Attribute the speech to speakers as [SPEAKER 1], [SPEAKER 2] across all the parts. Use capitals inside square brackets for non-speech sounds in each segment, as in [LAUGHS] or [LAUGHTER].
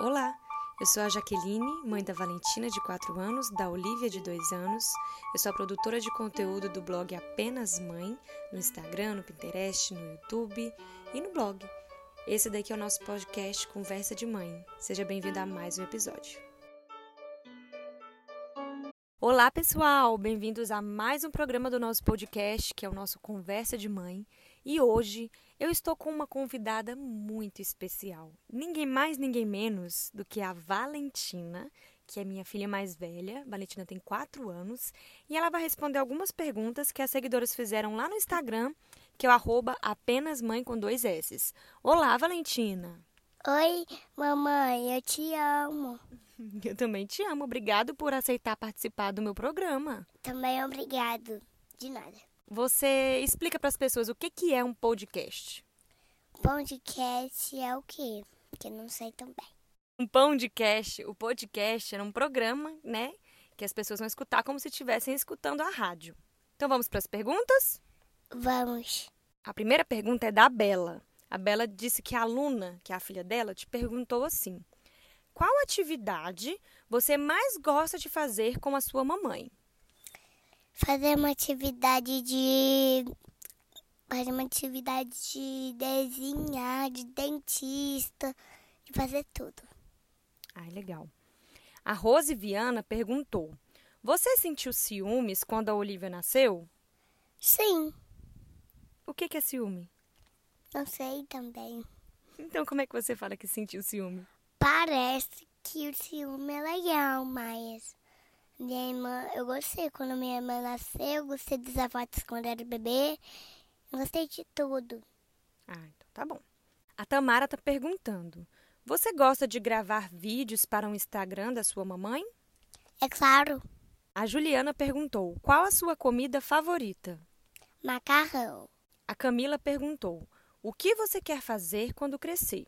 [SPEAKER 1] Olá, eu sou a Jaqueline, mãe da Valentina de 4 anos, da Olivia de 2 anos. Eu sou a produtora de conteúdo do blog Apenas Mãe, no Instagram, no Pinterest, no YouTube e no blog. Esse daqui é o nosso podcast Conversa de Mãe. Seja bem-vindo a mais um episódio. Olá, pessoal! Bem-vindos a mais um programa do nosso podcast, que é o nosso Conversa de Mãe. E hoje eu estou com uma convidada muito especial. Ninguém mais, ninguém menos do que a Valentina, que é minha filha mais velha. Valentina tem 4 anos. E ela vai responder algumas perguntas que as seguidoras fizeram lá no Instagram, que é o arroba apenas mãe com dois S's. Olá, Valentina! [LAUGHS]
[SPEAKER 2] Oi, mamãe, eu te amo.
[SPEAKER 1] Eu também te amo. Obrigado por aceitar participar do meu programa.
[SPEAKER 2] Também obrigado. De nada.
[SPEAKER 1] Você explica para as pessoas o que, que é um podcast.
[SPEAKER 2] Podcast é o quê? Que eu não sei também.
[SPEAKER 1] Um podcast, o podcast era um programa, né? Que as pessoas vão escutar como se estivessem escutando a rádio. Então vamos para as perguntas?
[SPEAKER 2] Vamos.
[SPEAKER 1] A primeira pergunta é da Bela. A Bela disse que a aluna, que é a filha dela, te perguntou assim: Qual atividade você mais gosta de fazer com a sua mamãe?
[SPEAKER 2] Fazer uma atividade de. Fazer uma atividade de desenhar, de dentista, de fazer tudo.
[SPEAKER 1] Ai, legal. A Rose Viana perguntou: Você sentiu ciúmes quando a Olivia nasceu?
[SPEAKER 2] Sim,
[SPEAKER 1] O que, que é ciúme?
[SPEAKER 2] não sei também.
[SPEAKER 1] Então, como é que você fala que sentiu ciúme?
[SPEAKER 2] Parece que o ciúme é legal, mas. Minha irmã, eu gostei quando minha irmã nasceu, gostei dos avós quando era bebê, gostei de tudo.
[SPEAKER 1] Ah, então tá bom. A Tamara tá perguntando: Você gosta de gravar vídeos para o Instagram da sua mamãe?
[SPEAKER 2] É claro,
[SPEAKER 1] A Juliana perguntou: Qual a sua comida favorita?
[SPEAKER 2] macarrão.
[SPEAKER 1] A Camila perguntou: O que você quer fazer quando crescer?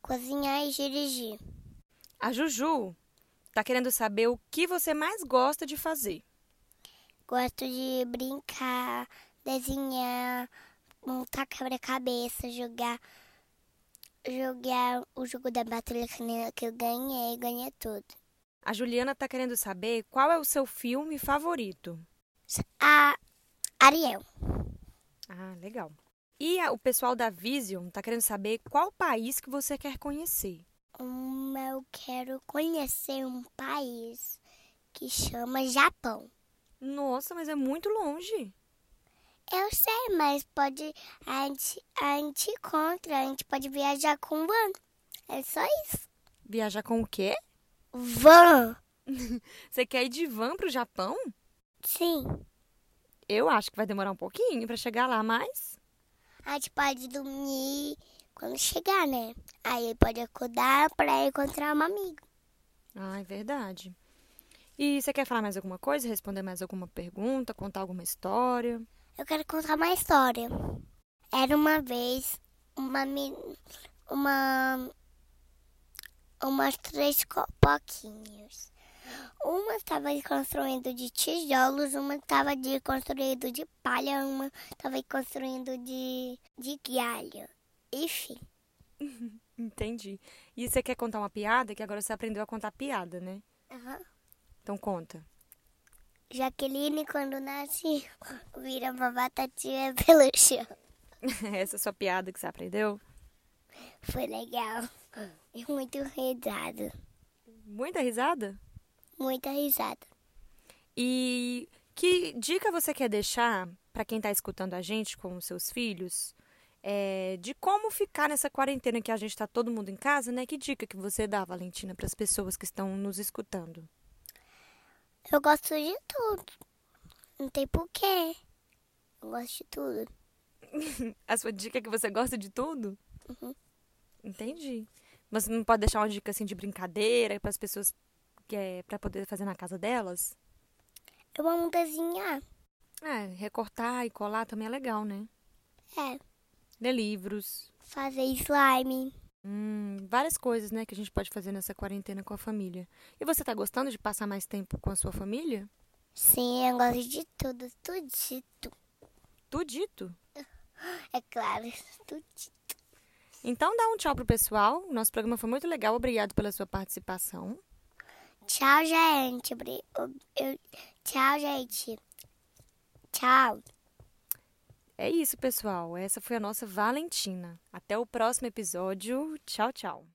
[SPEAKER 2] Cozinhar e dirigir.
[SPEAKER 1] A Juju tá querendo saber o que você mais gosta de fazer.
[SPEAKER 2] Gosto de brincar, desenhar, montar quebra-cabeça, jogar jogar o jogo da batalha que ne- que eu ganhei, ganhei tudo.
[SPEAKER 1] A Juliana tá querendo saber qual é o seu filme favorito.
[SPEAKER 2] S- A Ah, Ariel,
[SPEAKER 1] Ah, legal. E a- o pessoal da Vision tá querendo saber qual país que você quer conhecer.
[SPEAKER 2] hum, eu quero conhecer um país que chama Japão.
[SPEAKER 1] Nossa, mas é muito longe.
[SPEAKER 2] Eu sei, mas pode a gente, a gente encontra, a gente pode viajar com van. É só isso.
[SPEAKER 1] Viajar com o quê?
[SPEAKER 2] Van?
[SPEAKER 1] Você quer ir de van pro Japão?
[SPEAKER 2] Sim.
[SPEAKER 1] Eu acho que vai demorar um pouquinho pra chegar lá, mas
[SPEAKER 2] A gente pode dormir quando chegar, né? Aí pode acordar pra encontrar um amigo.
[SPEAKER 1] Ah, é verdade. E você quer falar mais alguma coisa, responder mais alguma pergunta, contar alguma história?
[SPEAKER 2] Eu quero contar uma história. Era uma vez uma men- uma umas três copoquinhas. Uma estava construindo de tijolos, uma estava de construído de palha, uma estava construindo de de galho. Enfim,
[SPEAKER 1] Entendi. E você quer contar uma piada? Que agora você aprendeu a contar piada, né?
[SPEAKER 2] Aham.
[SPEAKER 1] Então conta.
[SPEAKER 2] Jaqueline quando nasce [LAUGHS] vira uma batatinha [LAUGHS] pelo chão.
[SPEAKER 1] [LAUGHS] Essa é a sua piada que você aprendeu?
[SPEAKER 2] Foi legal. E muito risada.
[SPEAKER 1] Muita risada?
[SPEAKER 2] Muita risada.
[SPEAKER 1] E que dica você quer deixar para quem está escutando a gente com os seus filhos é, de como ficar nessa quarentena que a gente está todo mundo em casa, né? Que dica que você dá, Valentina, para as pessoas que estão nos escutando?
[SPEAKER 2] Eu gosto de tudo. Não tem porquê. Eu gosto de tudo.
[SPEAKER 1] A sua dica é que você gosta de tudo? Entendi. Mas não pode deixar uma dica assim de brincadeira para as pessoas que é, para poder fazer na casa delas?
[SPEAKER 2] Eu amo desenhar.
[SPEAKER 1] É, recortar e colar também é legal, né?
[SPEAKER 2] É.
[SPEAKER 1] Ler livros.
[SPEAKER 2] Fazer slime.
[SPEAKER 1] Hum, várias coisas, né, que a gente pode fazer nessa quarentena com a família. E você tá gostando de passar mais tempo com a sua família?
[SPEAKER 2] Sim, eu gosto de tudo. Tudito.
[SPEAKER 1] Tudito.
[SPEAKER 2] É claro. Tudito.
[SPEAKER 1] Então dá um tchau pro pessoal. Nosso programa foi muito legal. Obrigado pela sua participação.
[SPEAKER 2] Tchau, gente. Obri- ob- eu- Tchau, gente. Tchau.
[SPEAKER 1] É isso, pessoal. Essa foi a nossa Valentina. Até o próximo episódio. Tchau, tchau.